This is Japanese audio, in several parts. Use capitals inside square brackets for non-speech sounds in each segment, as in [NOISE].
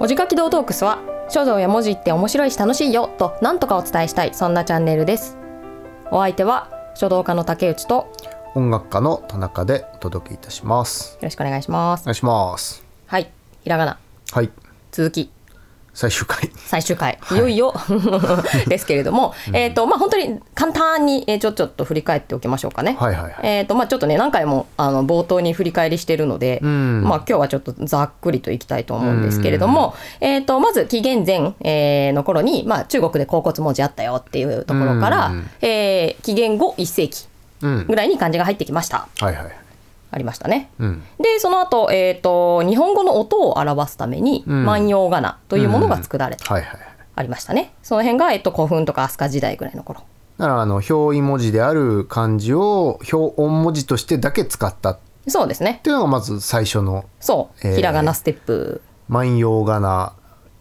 文字書き堂トークスは書道や文字って面白いし楽しいよとなんとかお伝えしたいそんなチャンネルですお相手は書道家の竹内とよ音楽家の田中でお届けいたしますろしくお願いしまおす願いしますはいひらがなはい続き最終 [LAUGHS] 回最終回いよい [LAUGHS] よ、ですけれども、えっとまあ本当に簡単にえーちょちょっと振り返っておきましょうかね。はいはいはいえっとまあちょっとね何回もあの冒頭に振り返りしてるので、んまあ今日はちょっとざっくりといきたいと思うんですけれども、えっとまず紀元前、えーの頃にまあ中国で甲骨文字あったよっていうところから、うんえー紀元後1世紀うんぐらいに漢字が入ってきました。はいはいありましたね。うんでその後、えー、と日本語の音を表すためにうん万葉仮名というものが作られたはいはいありましたね。その辺が、えっと、古墳とか飛鳥時代ぐらいの頃。ならあの表意文字である漢字を表音文字としてだけ使ったっそうですね。ていうのがまず最初のそう。えーひらがなステップ。万葉仮名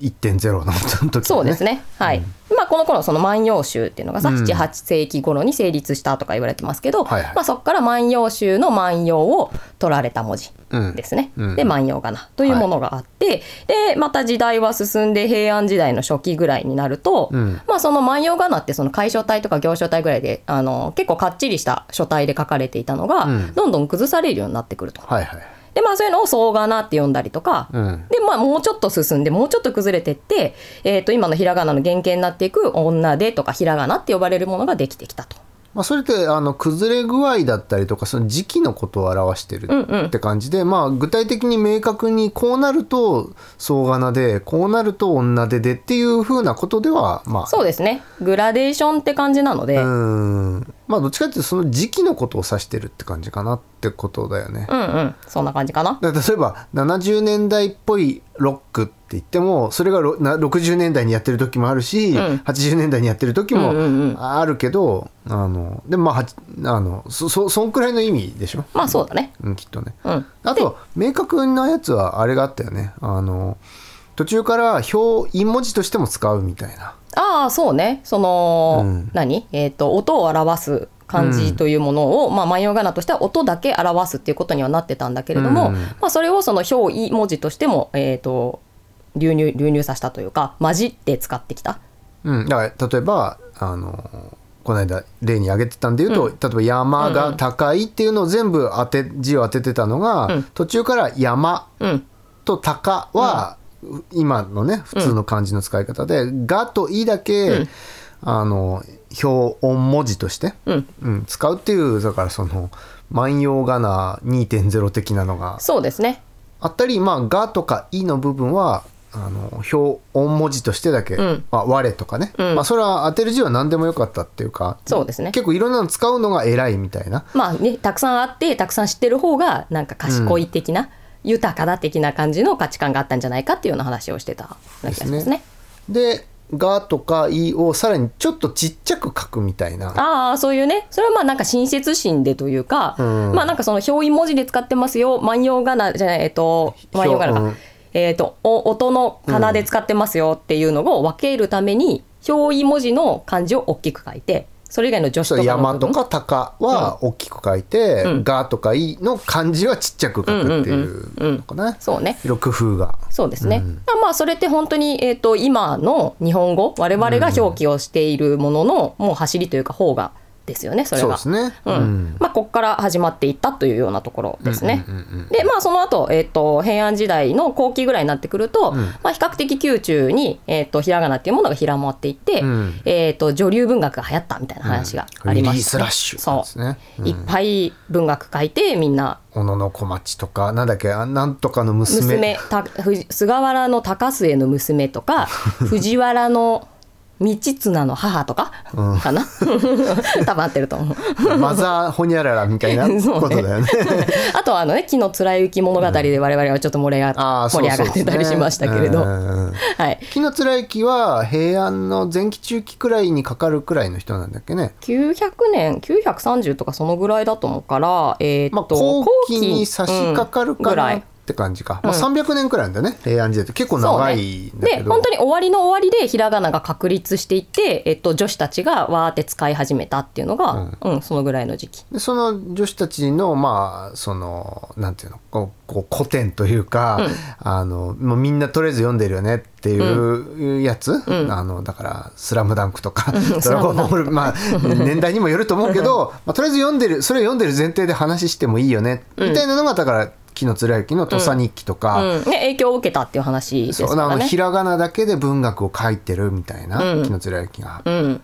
1.0の時、ね、そうですね。はい。まあ、この頃、その万葉集っていうのがさ、うん7、8世紀頃に成立したとか言われてますけど、はいはいまあ、そこから万葉集の万葉を取られた文字うんですね。うんで、万葉仮名というものがあって、で、また時代は進んで平安時代の初期ぐらいになると、うんまあ、その万葉仮名ってその楷書体とか行書体ぐらいで、あの、結構かっちりした書体で書かれていたのが、うんどんどん崩されるようになってくると。はいはいでまあそういうのを総仮名って呼んだりとか、うんでまあもうちょっと進んでもうちょっと崩れてって、えー、と今のひらがなの原型になっていく「女で」とか「ひらがな」って呼ばれるものができてきたと。まあ、それってあの崩れ具合だったりとかその時期のことを表してるって感じで、まあ、具体的に明確にこうなると総仮名でこうなると女手でっていうふうなことではまあそうですねグラデーションって感じなので、うーんまあどっちかっていうとその時期のことを指してるって感じかなってことだよね。うんうんそんな感じかな。だから例えば70年代っぽいロックって言ってもそれがろな60年代にやってる時もあるし、ん80年代にやってる時もうんうんうあるけど、あのでもまあはちあのそそそんくらいの意味でしょ、まあそうだね。うん、きっとね。うん、あと明確なやつはあれがあったよねあの途中から表印文字としても使うみたいな。ああそうねその、うん何、えー、と音を表す漢字というものを、まあ、万葉仮名としては音だけ表すっていうことにはなってたんだけれども、うんまあ、それをその表意文字としても、えー、と流入流入させたというか混じって使ってきた。うん、だから例えばあのこの間例に挙げてたんで言うと、例えば「山が高い」っていうのを全部当て字を当ててたのが、うん途中から「山うん」と「高」は、今のね普通の漢字の使い方で「が」と「い」だけ、あの表音文字として、うん、うん、使うっていうだからその「万葉仮名2.0」的なのがそうですねあったり、まあ、がとかいの部分は、あの、表、音文字としてだけ、んまあ、我とかね。うんまあ、それは当てる字は何でもよかったっていうか、そうですね結構いろんなの使うのが偉いみたいな。まあねたくさんあってたくさん知ってる方がなんか賢い的な、豊かだ的な感じの価値観があったんじゃないかっていうような話をしてたような気がしますですねねで、がとかいをさらにちょっとちっちゃく書くみたいな。ああそういうねそれはまあなんか親切心でというか、うんまあなんかその表意文字で使ってますよ万葉仮名じゃないえっと万葉仮名か、うんえっとお音の仮名で使ってますよっていうのを分けるために、表意文字の漢字を大きく書いてそれ以外の助詞そうとかの山部分とか高は大きく書いて、うんがとかいの漢字はちっちゃく書くっていうのかな。そうねいろいろ工夫が。そうですね、だからまあそれって本当に、えー、と今の日本語我々が表記をしているものの、もう走りというか方がですよねそれそうがですね。うんまあ、ここから始まっていったというようなところですね。うんうんうんうんでまあその後、えっと平安時代の後期ぐらいになってくると、まあ、比較的宮中に、えっとひらがなっていうものが広まっていって、うんえっと女流文学が流行ったみたいな話がありまリしリースたね、ラッシュなそんですね。う、いっぱい文学書いてみんな小野の小町とかなんだっけあなんとかの娘娘た藤菅原の高末の娘とか藤原の道綱の母とか、かな [LAUGHS] 多分合ってると [LAUGHS] 思う。 [LAUGHS] マザーホニャララみた [LAUGHS] いなそうねことだよね。あとはあのね「木の貫之物語」で我々はちょっと盛り上あがあそ盛りう上そうがってたりしましたけれど、ど。はい、紀の貫之は平安の前期中期くらいにかかるくらいの人なんだっけね。 900年930とかそのぐらいだと思うから、えーっとまあ後期に差し掛かるうんぐからないっって感じか、まあ、300年くらいなんだよね、平安時代って結構長いんだけでど、本当に終わりの終わりでひらがなが確立していって、えっと、女子たちがわーって使い始めたっていうのが、うんそのぐらいの時期。でその女子たちのまあそのなんていうのこうこう古典というか、あのもうみんなとりあえず読んでるよねっていうやつ、あのだから「スラムダンクとか「 [LAUGHS] ドラゴンボール」まあ年代にもよると思うけど、まあ、とりあえず読んでるそれを読んでる前提で話してもいいよね、みたいなのがだから紀貫之の「土佐日記」とか、うん、ね影響を受けたっていう話ですそうかあらのね。ひらがなだけで文学を書いてるみたいな、紀貫之が、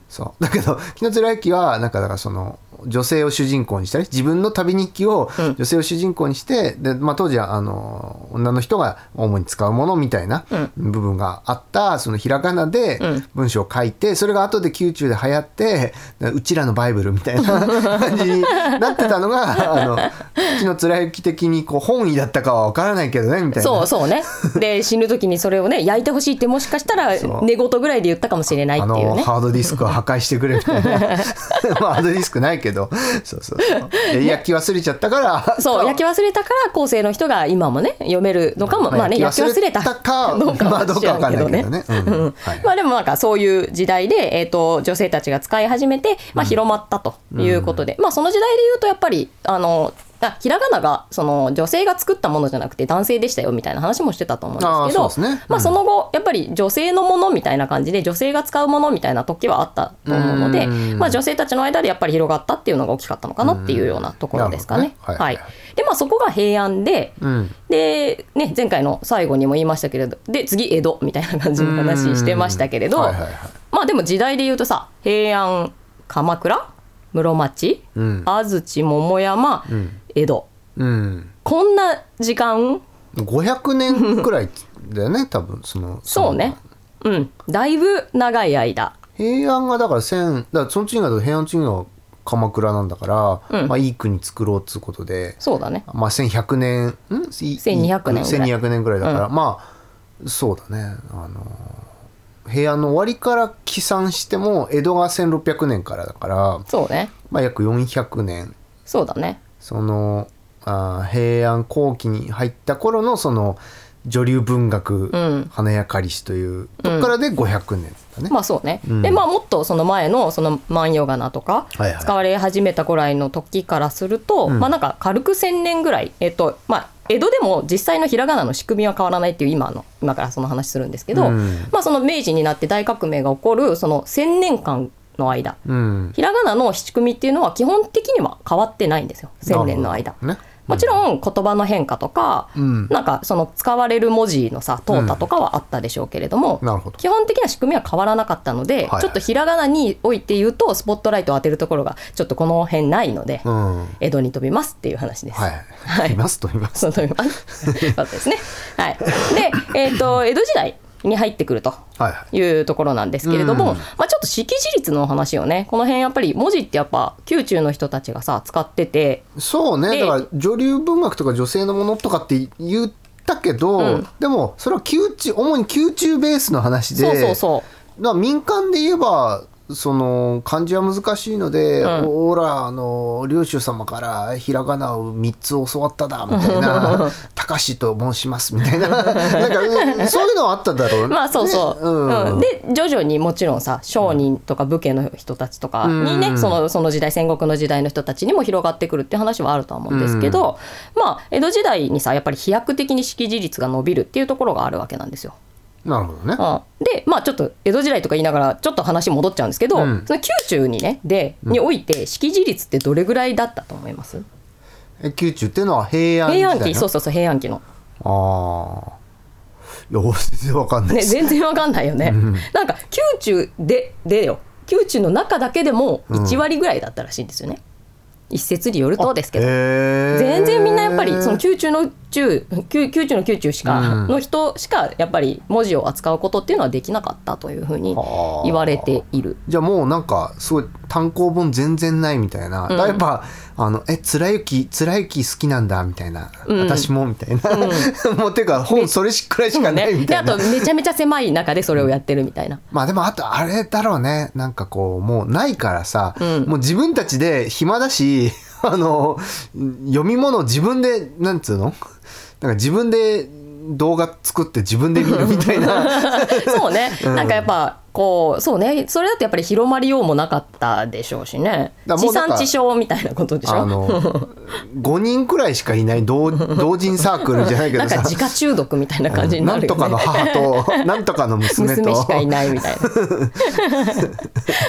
そうだけど紀貫之はなんかだからその女性を主人公にしたり自分の旅日記を女性を主人公にして、でまあ、当時はあの女の人が主に使うものみたいな部分があった、そのひらがなで文章を書いてそれが後で宮中で流行ってうちらのバイブルみたいな [LAUGHS] 感じになってたのがあの紀貫之的にこう本意だったかは分からないけどねみたいな。そうそう [LAUGHS] ね。で死ぬ時にそれをね焼いてほしいってもしかしたらそう寝言ぐらいで言ったかもしれないっあていうのね。ハードディスクを破壊してくれみ [LAUGHS] たいなまあハードディスクないけどそうそうそうで焼き忘れちゃったからそう焼き忘れたから後世の人が今もね読めるのかも、まあね焼き忘れたかどうかまあどうかわはかん知らんけないけどどねね、うんはいまあでもなんかそういう時代で、えー、と女性たちが使い始めて、まあ、広まったということで、まあその時代で言うとやっぱりあのあひらがながその女性が作ったものじゃなくて男性でしたよみたいな話もしてたと思うんですけあーどそうですねまあ、その後やっぱり女性のものみたいな感じで女性が使うものみたいな時はあったと思うので、うんまあ、女性たちの間でやっぱり広がったっていうのが大きかったのかなっていうようなところですかね。うんなるほどねははいいでまあ、そこが平安で、うんで、ね、前回の最後にも言いましたけれどで次江戸みたいな感じの話してましたけれど、はいはいはいまあでも時代で言うとさ平安鎌倉室町、うん安土桃山、ん江戸うんこんな時間500年くらいだよね多分その [LAUGHS] そうねうんだいぶ長い間平安がだから千だからその次が平安次が鎌倉なんだから、まあいい国作ろうっつうことでそうだねまあ、1100年ん1200 1200年ぐらい1200年ぐらいだから、まあそうだねあの平安の終わりから起算しても江戸が1600年からだから、そうねまあ、約400年そうだねそのあー平安後期に入った頃のその女流文学ん華やかりしというとこからで500年だね。 [LAUGHS] まあそうね、うんでまあもっとその前のその万葉仮名とかはいはい使われ始めたぐらいの時からすると、んまあなんか軽く1,000年ぐらいえっとまあ江戸でも実際のひらがなの仕組みは変わらないっていう今の今からその話するんですけど、うんまあその明治になって大革命が起こるその1,000年間の間うん、ひらがなの仕組みっていうのは基本的には変わってないんですよ1,000年の間。なるほどねもちろん言葉の変化とか、うんなんかその使われる文字のさ淘汰とかはあったでしょうけれども、うんなるほど基本的な仕組みは変わらなかったので、はいちょっとひらがなにおいて言うとスポットライトを当てるところがちょっとこの辺ないので、うんは江戸に飛びますっていう話です。い、はい、いますと言います。 [LAUGHS] その飛びます。よかったですね。はい。で、えっ、と江戸時代に入ってくると。はいはいいうところなんですけれども、うんまあ、ちょっと識字率のお話をねこの辺やっぱり文字ってやっぱ宮中の人たちがさ使っててそうねでだから女流文学とか女性のものとかって言ったけど、でもそれは宮中主に宮中ベースの話でそうそうそうだから民間で言えばその漢字は難しいので、オーラあの領主様からひらがなを3つ教わっただみたいな「たかしと申します」みたいな [LAUGHS] なんかうんそういうのはあっただろうね。 [LAUGHS] まあそうそう、うんうんで徐々にもちろんさ商人とか武家の人たちとかにね、うんそのその時代戦国の時代の人たちにも広がってくるって話はあるとは思うんですけど、まあ江戸時代にさやっぱり飛躍的に識字率が伸びるっていうところがあるわけなんですよ。なるほどね。うん、でまあちょっと江戸時代とか言いながらちょっと話戻っちゃうんですけど、んその宮中にねでにおいて識字率ってどれぐらいだったと思いますえ宮中っていうのは平安時平代安の期そうそうそう平安期の。ああいや全然わかんないね、です。全然わかんないよね。なんか宮中ででよ宮中の中だけでも1割ぐらいだったらしいんですよね。一説によるとですけど全全然みんなやっぱりその宮中の中宮宮中の宮中しか、うんの人しかやっぱり文字を扱うことっていうのはできなかったというふうにはあ言われている。じゃあもうなんかすごい単行本全然ないみたいな、だからやっぱあの「え貫之貫之好きなんだ」みたいな、私も」みたいな、 [LAUGHS] もうていうか本それしくらいしかないね、みでたいあな、とめちゃめちゃ狭い中でそれをやってるみた [LAUGHS] いな。まあでもあとあれだろうねなんかこうもうないからさ、もう自分たち [LAUGHS] で暇だしあの読み物を自分でなんつうのなんか自分で動画作って自分で見るみたい [LAUGHS] なそうね、なんかやっぱこうそうねそれだとやっぱり広まりようもなかったでしょうしねだからも地うなん産か地消みたいなことでしょあの [LAUGHS] 5人くらいしかいない同同人サークルじゃないけなんどかさ自家中毒みたいな感じにななんるよとねかの母 [LAUGHS] となんとかの娘と娘しかいないみたいな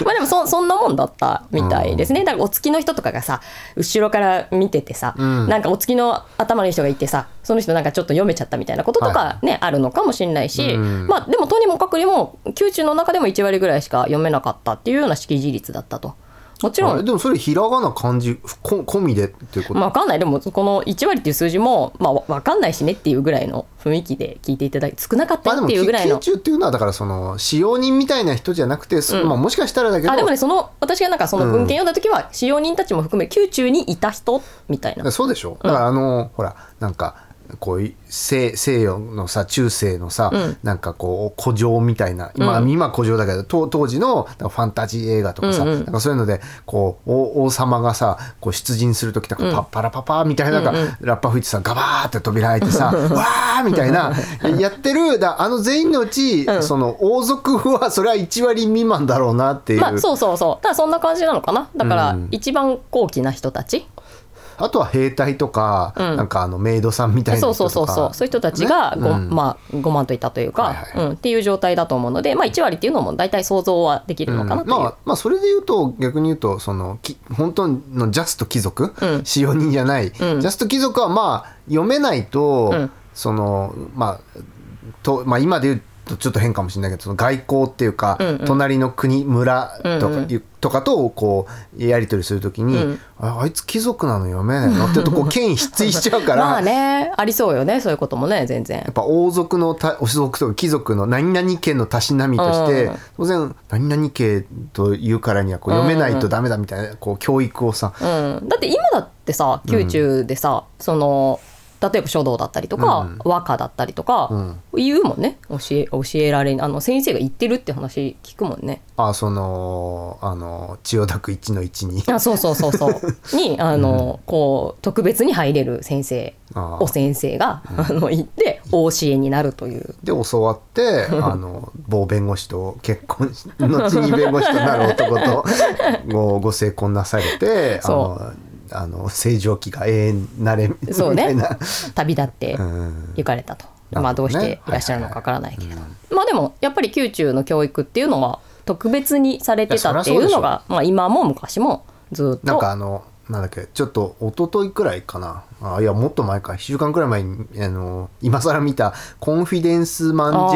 まあでもそそんなもんだったみたいですねだからお月の人とかがさ後ろから見ててさ、んなんかお月の頭の人がいてさその人なんかちょっと読めちゃったみたいなこととはかね、あるのかもしれないし、うんまあでもとにもかくにも宮中の中でも1割ぐらいしか読めなかったっていうような識字率だったともちろあれんでもそれひらがな漢字こ込みでっていうこと、まあ、わかんないでもこの1割っていう数字も、まあ、わわかんないしねっていうぐらいの雰囲気で聞いていただいて少なかっまあたでよっていもうぐらい宮の中っていうのはだからその使用人みたいな人じゃなくて、そまあ、もしかしたらだけどあでもねその私がなんかそのうん文献読んだ時は、使用人たちも含め宮中にいた人みたいな。そうでしょだからあの、ほらなんかこうい西西洋のさ中世のさ、んなんかこう古城みたいな今,、今古城だけど当当時のなんかファンタジー映画とかさ、うんうなんかそういうのでこう王王様がさこう出陣する時とか、パッパラパパーみたいななんか、ラッパ吹いてさガバーって扉開いてさわーみた [LAUGHS] いなやってるだあの全員のうち、その王族はそれは1割未満だろうなっていう、まあそうそうそうただそんな感じなのかなだからうん一番高貴な人たち、あとは兵隊とか、んなんかあのメイドさんみたいな人そとうかそうそうそうそういう人たちがご、うんまあ、ごまんといたというか、はいはいうん、っていう状態だと思うので、まあ、1割っていうのも大体想像はできるのかなうとんいう、まあ、まあそれで言うと逆に言うとそのき本当のジャスト貴族、うん使用人じゃない、んジャスト貴族はまあ読めないと、うんそのまあとまあ今で言うとちょっと変かもしれないけどその外交っていうか、うんうん隣の国村とか,、うんとかとこうやり取りするときに、うんああいつ貴族なの読めないのって [LAUGHS] とこう権威失墜しちゃうから。まあねありそうよねそういうこともね全然やっぱ王族のた王族とか貴族の何々家のたしなみとして、うん当然何々家というからにはこう読めないとダメだみたいな、こう教育をさうん、だって今だってさ宮中でさ、その例えば書道だったりとか、和歌だったりとか、言うもんね教え教えられあの先生が言ってるって話聞くもんねあそのあの千代田区一の一にあそうそうそうそう [LAUGHS] にあの、こう特別に入れる先生あーお先生が、あの行ってお教えになるというで教わって [LAUGHS] あの某弁護士と結婚し後に弁護士となる男 [LAUGHS] とごご成婚なされてあそのあの正常期が永遠な [LAUGHS] れみそうねたいな。旅立ってうん行かれたと、うんまなあるほどどうねしていらっしゃるのかわからないけれど、まあでもやっぱり宮中の教育っていうのは特別にされてたっていいやうそりゃそうでしのょがまあ今も昔もずっとなんかあの、なんだっけ、ちょっと一昨日くらいかな。あいや、もっと前か。1週間くらい前に、あの、今更見た、コンフィデンスマあンー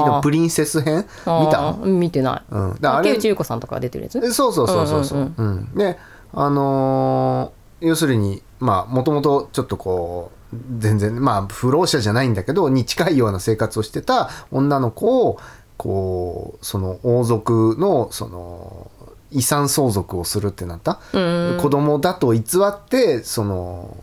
JP のプリンセス編見あたー見てない、うん。だからあ竹れ、内結子さんとかが出てるやつえそうそうそうそうそう。ううんんで、あのー要するに、まあ、もともとちょっとこう、全然、まあ、不老者じゃないんだけど、に近いような生活をしてた女の子を、こう、その王族の、その、遺産相続をするってなった、うん子供だと偽ってその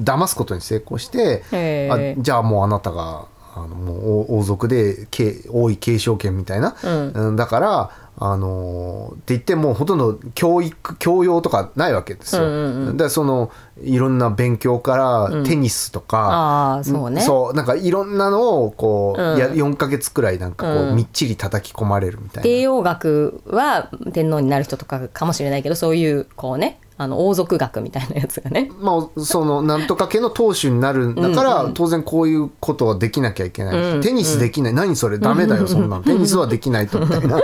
騙すことに成功して、へーあじゃあもうあなたがあのもう王王族でけ王位継承権みたいな、うんうんだからあのーって言ってもうほとんど教育教養とかないわけですよ。うんうんだからそのいろんな勉強からテニスとか、ああそうねそうなんかいろんなのをこう、うんや4ヶ月くらいなんかこう、うんみっちり叩き込まれるみたいな。帝王学は天皇になる人とかかもしれないけどそういうこうねあの王族学みたいなやつが [LAUGHS] ねまあ、そのなんとか家の当主になるんだから、当然こういうことはできなきゃいけないし、うんうんテニスできない何それダメだよそ [LAUGHS] んなのテニスはできないとみたいな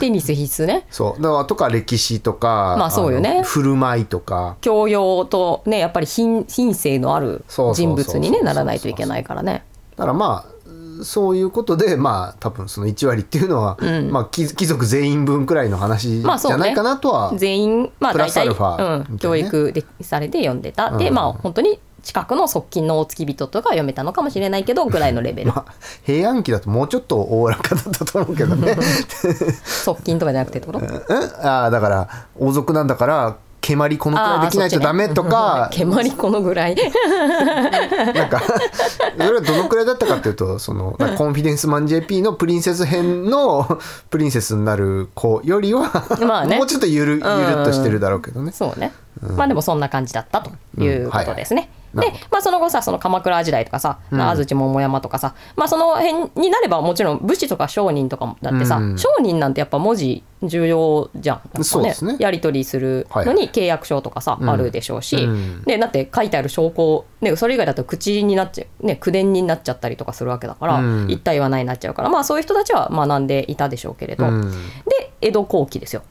テニス必須ねそうだからとか歴史とか、まあそうよねの振る舞いとか教養とねやっぱり品品性のあるそうそう人そうそう物にねならないといけないからねだからまあそういうことでまあ多分その1割っていうのは、まあ、貴貴族全員分くらいの話じまあそうねゃないかなとは、全員まあプラ大ス体、アルファみたいなうん、ね教育でされて読んでた、でうんまあ本当に近くの側近のお付き人とかは読めたのかもしれないけどぐらいのレベルまあ、平安期だともうちょっとおおらかだったと思うけどね。側近とかじゃなくてってこと [LAUGHS] うん、ああだから王族なんだから蹴鞠このくらいできないとダメとか、蹴鞠このぐらいなんか [LAUGHS] それはどのくらいだったかっていうとそのなんかコンフィデンスマン JP のプリンセス編のプリンセスになる子よりはまあねもうちょっとゆるゆるっとしてるだろうけどね。そうね、まあでもそんな感じだったということですね、なるでほど、まあ、その後さその鎌倉時代とかさ、うん安土桃山とかさ、まあ、その辺になればもちろん武士とか商人とかもだってさ、うん商人なんてやっぱ文字重要じゃんやっぱそうですねやり取りするのはいに契約書とかさ、うんあるでしょうし、うんでだって書いてある証拠、ね、それ以外だと口になっちゃう、ね、口伝になっちゃったりとかするわけだから、うん一体はないになっちゃうから、まあ、そういう人たちは学んでいたでしょうけれど、うんで江戸後期ですよ。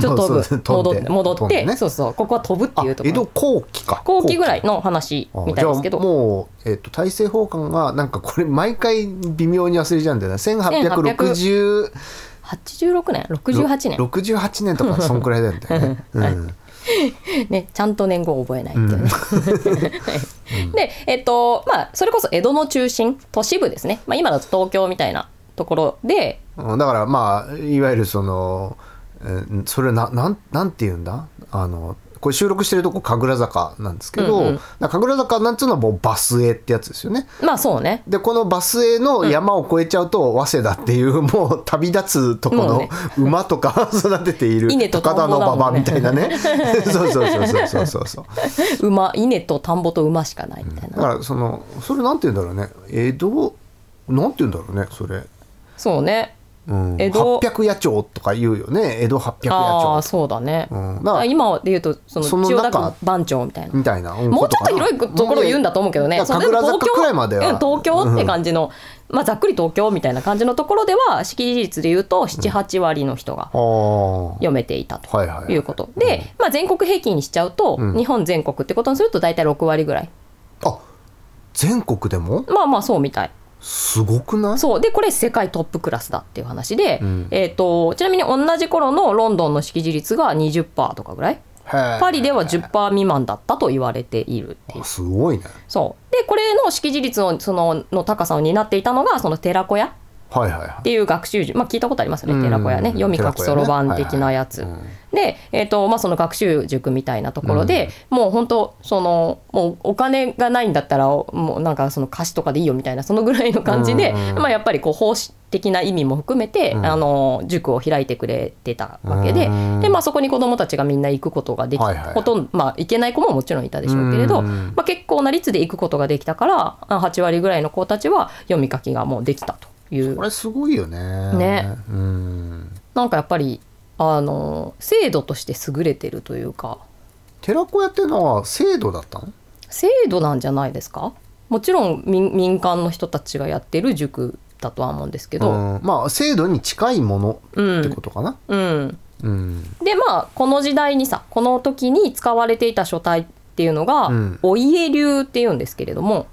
ちょっと [LAUGHS] そう飛そぶ戻う飛んでって戻飛っんでて、ねそうそうここは飛ぶっていうとこ江戸ろ後期か後期ぐらいの話あみたいですけどじゃあもう、えっと大政奉還がなんかこれ毎回微妙に忘れちゃうんだよな1860 86年68年、 68年と [LAUGHS] かそんくらいだよね、うんね、ちゃんと年号を覚え [LAUGHS] ないっていう、はいでえっとまあそれこそ江戸の中心都市部ですね、まあ、今だと東京みたいなところでうんだからまあいわゆるその、うんそれななんなんて言うんだあのこれ収録してるとこ神楽坂なんですけど、うんうんな神楽坂なんつうのはもうバスへってやつですよねまあそうね [LAUGHS] でこのバスへの山を越えちゃうと、早稲田っていう [LAUGHS] もう旅立つとこもうのね馬とか [LAUGHS] 育てている稲と田高んぼ田だのもんね馬場みたいなね [LAUGHS] そうそうそうそうそうそうそう馬稲と田んぼと馬しかないみたいだな、からそのそれなんて言うんだろうね江戸なんて言うんだろうねそれ、そうねうん、江戸800野鳥とか言うよね江戸800ああ野ーそうだね、鳥、うん、だから今で言うとそのその千代田中区番長みたいなみたいなももうちょっと広いところを言うんだと思うけどね、それ神でも楽坂くらいまでは、うん東京って感じの、まあ、ざっくり東京みたいな感じのところでは、識字率でいうと、7、8割の人があー読めていたとはいはいいうこと、で、まあ、全国平均にしちゃうと、うん日本全国ってことにすると、大体6割ぐらい、あ全国でもまあまあそうみたい、すごくないそうで、これ、世界トップクラスだっていう話で、うんえー、とちなみに同じ頃のロンドンの識字率が20%とかぐらい、パパリでは10%未満だったと言われているっていう。すごいねそうでこれの識字率のそのの高さを担っていたのがその寺子屋はいはいはっいていう学習塾、まあ、聞いたことありますようんね寺子屋ね読み書きそろばん寺子屋ね的なやつ。はいはいで、えーとまあ、その学習塾みたいなところで、もう本当そのもうお金がないんだったらもうなんかその貸しとかでいいよみたいなそのぐらいの感じで、うんまあ、やっぱりこう奉仕的な意味も含めて、うんあの塾を開いてくれてたわけで,、うんでまあ、そこに子どもたちがみんな行くことができ、はいはいほとんど、まあ、行けない子ももちろんいたでしょうけれど、うんまあ、結構な率で行くことができたからあ8割ぐらいの子たちは読み書きがもうできたというこれすごいよねねうんなんかやっぱりあの制度として優れてるというか寺子屋っていうのは制度だったの制度なんじゃないですかもちろん民民間の人たちがやってる塾だとは思うんですけど、うんまあ制度に近いもうんのってことかなうん、うんでまあこの時代にさこの時に使われていた書体っていうのが、うんお家流っていうんですけれども、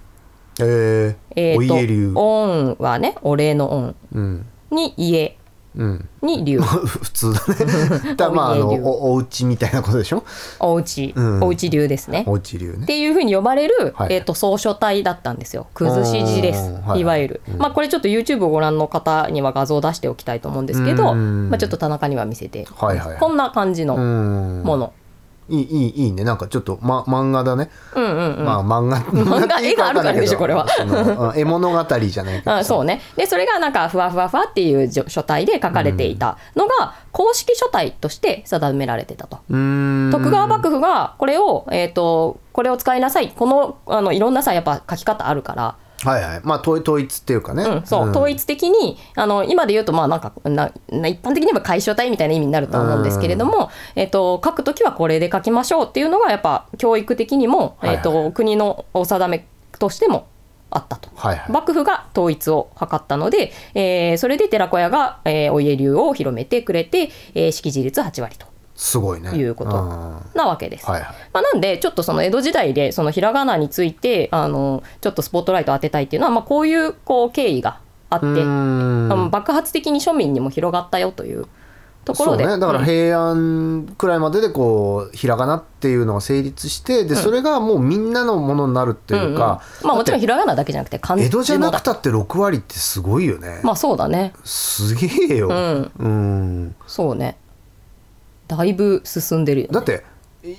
えーえおーと家流恩はねお礼の恩うんに家うんに流 [LAUGHS] 普通だ [LAUGHS] ねだからまああのお家流おお家みたいなことでしょおうち、うんおうち流ですね。お家流っねていうふうに呼ばれる、はいえー、と総書体だったんですよ崩し字です、おーはいい、わゆる、まあ、これちょっと YouTube をご覧の方には画像を出しておきたいと思うんですけど、うんまあ、ちょっと田中には見せて、はいはいはいこんな感じうのんもの、いいいいいいねなんかちょっと、ま、漫画だねうん、うんうんまあ漫画画漫画っていうわんないけど絵があるからでしょこれはそのうん絵物語じゃないけどあそうねねでそれがなんかふわふわふわっていう書書体で書かれていたのが公式書体として定められてたと。徳川幕府がこれを、えー、とこれを使いなさいこのあのいろんなさやっぱ書き方あるから、はいはいまあ統統一っていうかね、うん、そう、統一的にあの今で言うとまあなんかなな一般的に言えば解消体みたいな意味になると思うんですけれども、えっと書くときはこれで書きましょうっていうのがやっぱ教育的にも、はいはいえっと国のお定めとしてもあったと。はいはい幕府が統一を図ったので、えーそれで寺子屋が、えーお家流を広めてくれて、えー識字率8割とすごいねいうことうんはなわけでいす。はいまあ、なんでちょっとその江戸時代でそのひらがなについてあのちょっとスポットライトを当てたいっていうのは、まあ、こういうこう経緯があって、うーあのん爆発的に庶民にも広がったよというとこそろうで、ねだからうん平安くらいまででこうひらがなっていうのが成立してでそれがもうみんなのものになるっていうか、うんまあもちろんひらがなだけじゃなくて漢字江戸じゃなくもだたって6割ってすごいよね、まあそうだねすげえよ、うんうんそうねだいぶ進んでるよねだって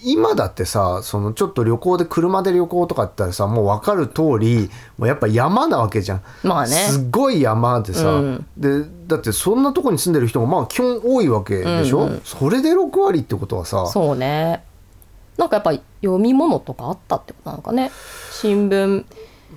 今だってさそのちょっと旅行で車で旅行とかって言ったらさもう分かる通りもうやっぱ山なわけじゃん、まあねすごい山でさ、うんでだってそんなとこに住んでる人もまあ基本多いわけでしょ、うんうんそれで6割ってことはさそうねなんかやっぱり読み物とかあったってことなのかね新聞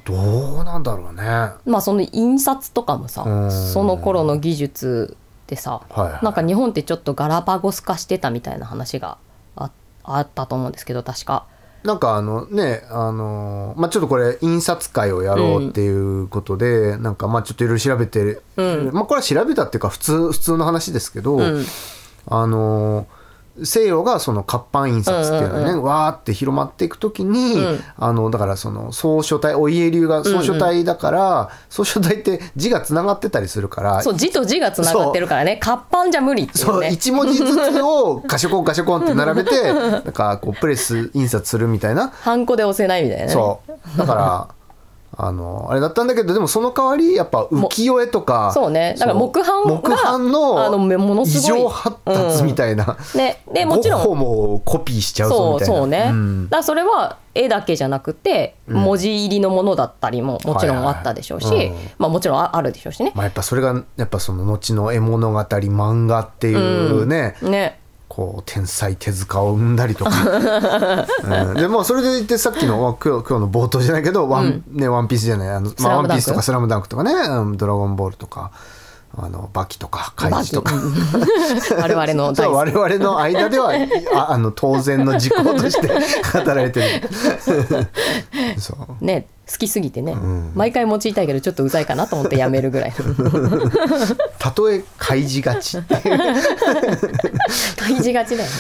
どうなんだろうねはまあその印刷とかもさうんその頃の技術でさいはいなんか日本ってちょっとガラパゴス化してたみたいな話がああったと思うんですけど確か。なんかあのねあのーまあちょっとこれ印刷会をやろうっていうことで、なんかまあちょっといろいろ調べて、うんまあこれは調べたっていうか普通普通の話ですけど、うんあのー西洋がその活版印刷っていうのはね、わーって広まっていくときに、うんあのだからその総書体お家流が総書体だから、総書体って字がつながってたりするからそう字と字がつながってるからね活版じゃ無理っていそううね一文字ずつをガショコンガショコンって並べ [LAUGHS] てなんかこうプレス印刷するみたいなハンコで押せないみたいなねそうだから [LAUGHS] あのあれだったんだけどでもその代わりやっぱ浮世絵とかそうねだから木版が木版のあのものす異ごい常発達みたいな、ねでもちろんゴッホもコピーしちゃうぞそみうたいなそうね、んだからそれは絵だけじゃなくて文字入りのものだったりももちろんあったでしょうし、はいはいはいうんまあ、もちろんああるでしょうしね。まあ、やっぱそれがやっぱその後の絵物語漫画っていうね、ねこう天才手塚を生んだりとか、 [LAUGHS] うん、でもうそれで言ってさっきのわ今日今日の冒頭じゃないけど「ワンね、ワンピースじゃないあの、まあ、スラワムンダンクピースとか「スラムダンクとかねうん「ドラゴンボール」とか「あのバキ」とか「カイジ」とか [LAUGHS] バキうん [LAUGHS] 我々のそ大う好き我々の間ではああの当然の事項として働いて [LAUGHS] るそうね好きすぎてね、毎回用いたいけどちょっとうざいかなと思ってやめるぐらい [LAUGHS] たとえ開示がちっていう感じがちだよね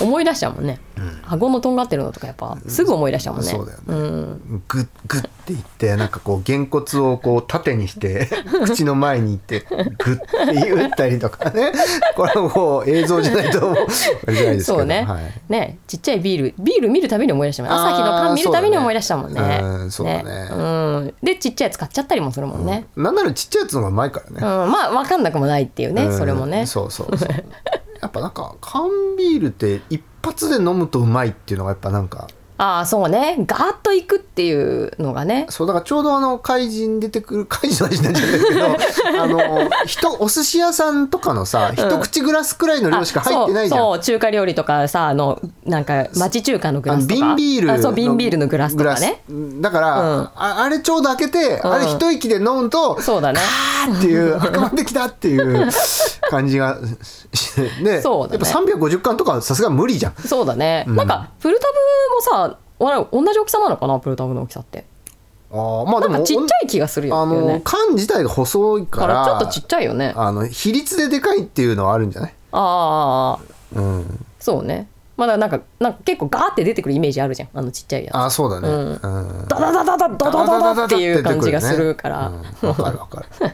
思い出しちゃうもんね、顎のとんがってるのとかやっぱすぐ思い出しちゃうもんね、そうだよねうんグッグッっていってなんかこうげ骨をこう縦にして [LAUGHS] 口の前にいってグッって言ったりとかねこれはもう映像じゃないと思うあれじゃないですけどそうね、はいねちっちゃいビールビール見るたびに思い出したもん朝日のあー缶見るたびに思い出したもんねそうだねうんそううんでちっちゃいやつ買っちゃったりもするもんね、なんならちっちゃいやつの方がうまいからねうんまあ分かんなくもないっていうね、うんそれもねそうそうそうやっぱなんか缶ビールって一発で飲むとうまいっていうのがやっぱなんかああそうねガーッといくっていうのがねそうだからちょうどあの怪人出てくる怪人の話になっち [LAUGHS] ゃうんだけどあの人お寿司屋さんとかのさ一口グラスくらいの量しか入ってないじゃんあそうそう中華料理とかさあのなんか町中華のグあラのスとか瓶ビールのあそう瓶ビールのグラスとかねグラスだから、うんああれちょうど開けて、あれ一息で飲むとそうだねあーっていう赤まできたっ [LAUGHS] ていう感じがしてねそうだねやっぱ350巻とかはさすがに無理じゃんそうだね、んなんかプルタブもさわ同じ大きさなのかなプルタブの大きさってあーまなあでんかもちっちゃい気がするあよねの缶自体が細いだかかららちょっとちっちゃいよねああの比率ででかいっていうのはあるんじゃない、あーうん、そうねまだなんかなんか結構ガーって出てくるイメージあるじゃんあのちっちゃいやあーそうだね、ううんんつダダダダダダダダダっていう感じがするから、うんわかるわかるそう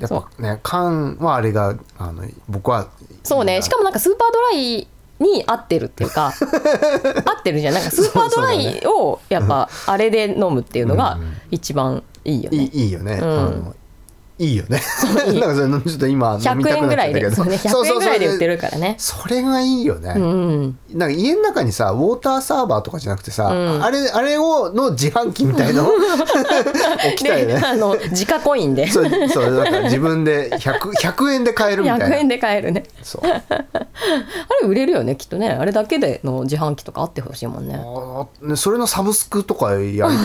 やっぱね缶はあれがあの僕はそうねしかもなんかスーパードライに合ってるっていうか合ってるじゃんなんかスーパードライをやっぱあれで飲むっていうのが一番いいよね、いいいいよね、んあのいいよねなんかそれちょっ [LAUGHS] と今飲100みた円くなぐっちらゃっいたけでどそうね100円ぐらいで売ってるからねそれがいいよね、うんなんか家の中にさウォーターサーバーとかじゃなくてさ、んあれあれをの自販機みたい [LAUGHS] の置きたいよでねあの自家コインでそうそうだから自分で 100, 100円で買えるみたい100な円で買えるねそうああれ売れるよねきっとねあれだけでの自販機とかあってほしいもんねーねそれのサブスクとかやり [LAUGHS] たいよね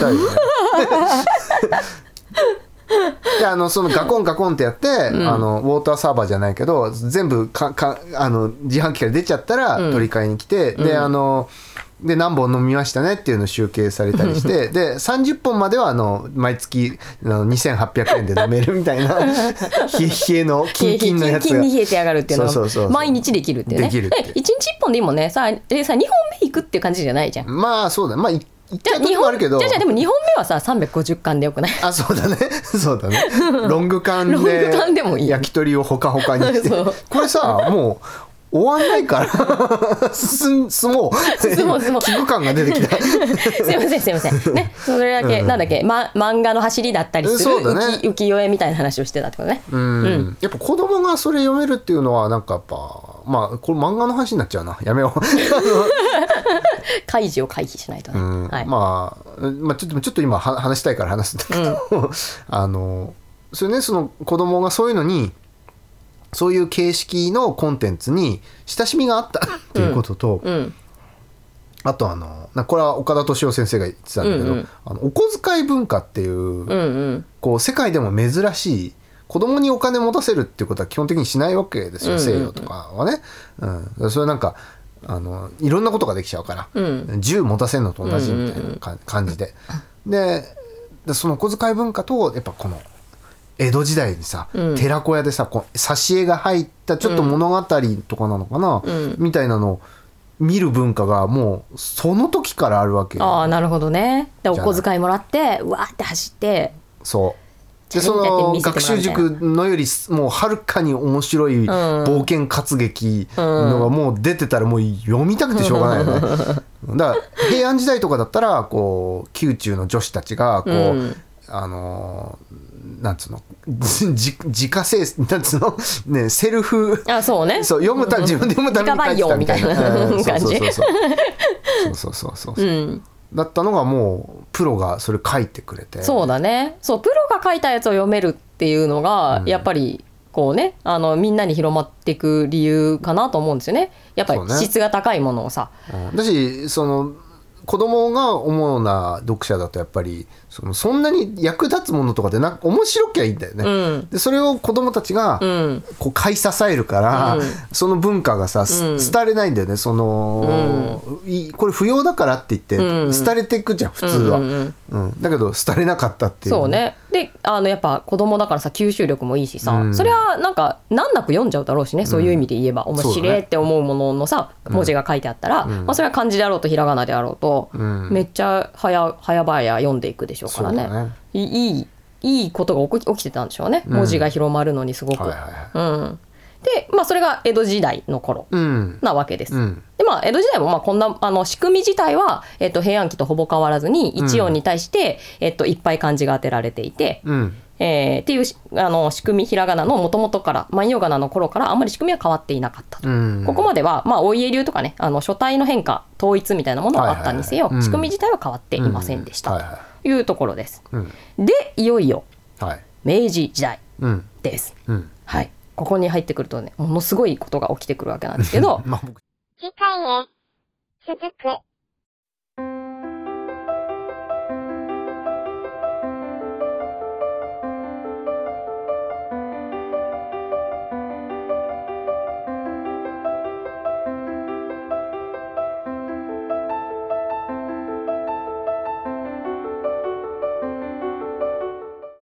であのそのガコンガコンってやって、あのウォーターサーバーじゃないけど全部かかあの自販機から出ちゃったら取り替えに来て、であので何本飲みましたねっていうのを集計されたりしてで30本まではあの毎月あの2800円で飲めるみたいな [LAUGHS] 冷え冷えのキンキンのやつキがンキンに冷えてやがるっていうのそうそうそうそはう毎日できるっていうねできるって1日1本でいいもんねさでさ2本目いくっていう感じじゃないじゃんまあそうだねまあい一じゃ回あ2時もあ本るけどじゃあじゃあでも2本目はさ350巻でよくない [LAUGHS] あそうだね [LAUGHS] そうだねロング缶ロング缶でもいでい焼き鳥をほかほかにしてそうこれさもう終わんないか [LAUGHS] ら進ん進もう進もう [LAUGHS] 進もう危惧感が出て [LAUGHS] きたすいませんすいませんねそれだけ、なんだっけ、ま、漫画の走りだったりするうんそうだね浮世絵みたいな話をしてたってことねうん、やっぱ子供がそれ読めるっていうのはなんかやっぱまあこれ漫画の話になっちゃうなやめよ開示を回避しないとう、ね、うんはい、まあ、まあ、ちょっとちょっと今は話したいから話すんだけど、 [LAUGHS] あのそれねその子供がそういうのにそういう形式のコンテンツに親しみがあったっていうことと、うんあとあのなこれは岡田敏夫先生が言ってたんだけど、うんうんあのお小遣い文化っていう,、うんうんこう世界でも珍しい子供にお金持たせるっていうことは基本的にしないわけですよ、うんうんうん西洋とかはね。うん、それなんかあのいろんなことができちゃうから、うん銃持たせるのと同じみたいなか感じで。ででそのお小遣い文化とやっぱこの江戸時代にさ、うん寺子屋でさこう挿絵が入ったちょっと物語とかなのかな、うんみたいなのを見る文化がもうその時からあるわけよああなるほどねでおじゃあ小遣いもらってうわーって走ってそう。でチャそリンだけ見せてものらう学習塾のよりもうはるかに面白い冒険活劇のがもう出てたらもう読みたくてしょうがないよね。だから平安時代とかだったらこう宮中の女子たちがこう、うんあのーなんつうのじじ自家製なんつうのねセル [LAUGHS] フあそうねそう読むた自分で読むために書いてたみたい自家培な養うんみたいなそう感じそうそうそうそうそうそうそうう、んだったのがもうプロがそれ書いてくれてそうだねそうプロが書いたやつを読めるっていうのが、やっぱりこうねあのみんなに広まっていく理由かなと思うんですよねやっぱりそうね質が高いものをさうんだしその子供が主な読者だとやっぱりそのそんなに役立つものとかでな面白きゃいいんだよね、うんでそれを子供たちがうんこう買い支えるから、うんその文化がさ、すうん廃れないんだよねその、いこれ不要だからって言って、うん廃れていくじゃん普通は、ううんんうんうんだけど廃れなかったっていうそうねであのやっぱ子供だからさ吸収力もいいしさ、うんそれはなんか難なく読んじゃうだろうしねそういう意味で言えば、面そう白だいねって思うもののさ、文字が書いてあったら、んまあ、それは漢字であろうとひらがなであろうと、うんめっちゃ早早々読んでいくでしょうからねそうだねいいいいいいことが起き起きてたんでしょうね文字が広まるのにすごく。はいはいはいうん、で、まあ、それが江戸時代の頃うんなわけです。うんでまあ、江戸時代もまあこんなあの仕組み自体は、えっと、平安期とほぼ変わらずに一音に対して、えっと、いっぱい漢字が当てられていて、うんえーっていうしあの仕組みひらがなのもともとから万葉仮名の頃からあんまり仕組みは変わっていなかったと。うんここまでは、まあ、お家流とかねあの書体の変化統一みたいなものはあったにせよ、はいはいはいう仕ん組み自体は変わっていませんでした、うはいはというところです。いうんでいよいよはい明治時代うんです。うんはい、ここに入ってく [LAUGHS] るとねものすごいことが起きてくるわけなんですけどまあ僕次回へ続く。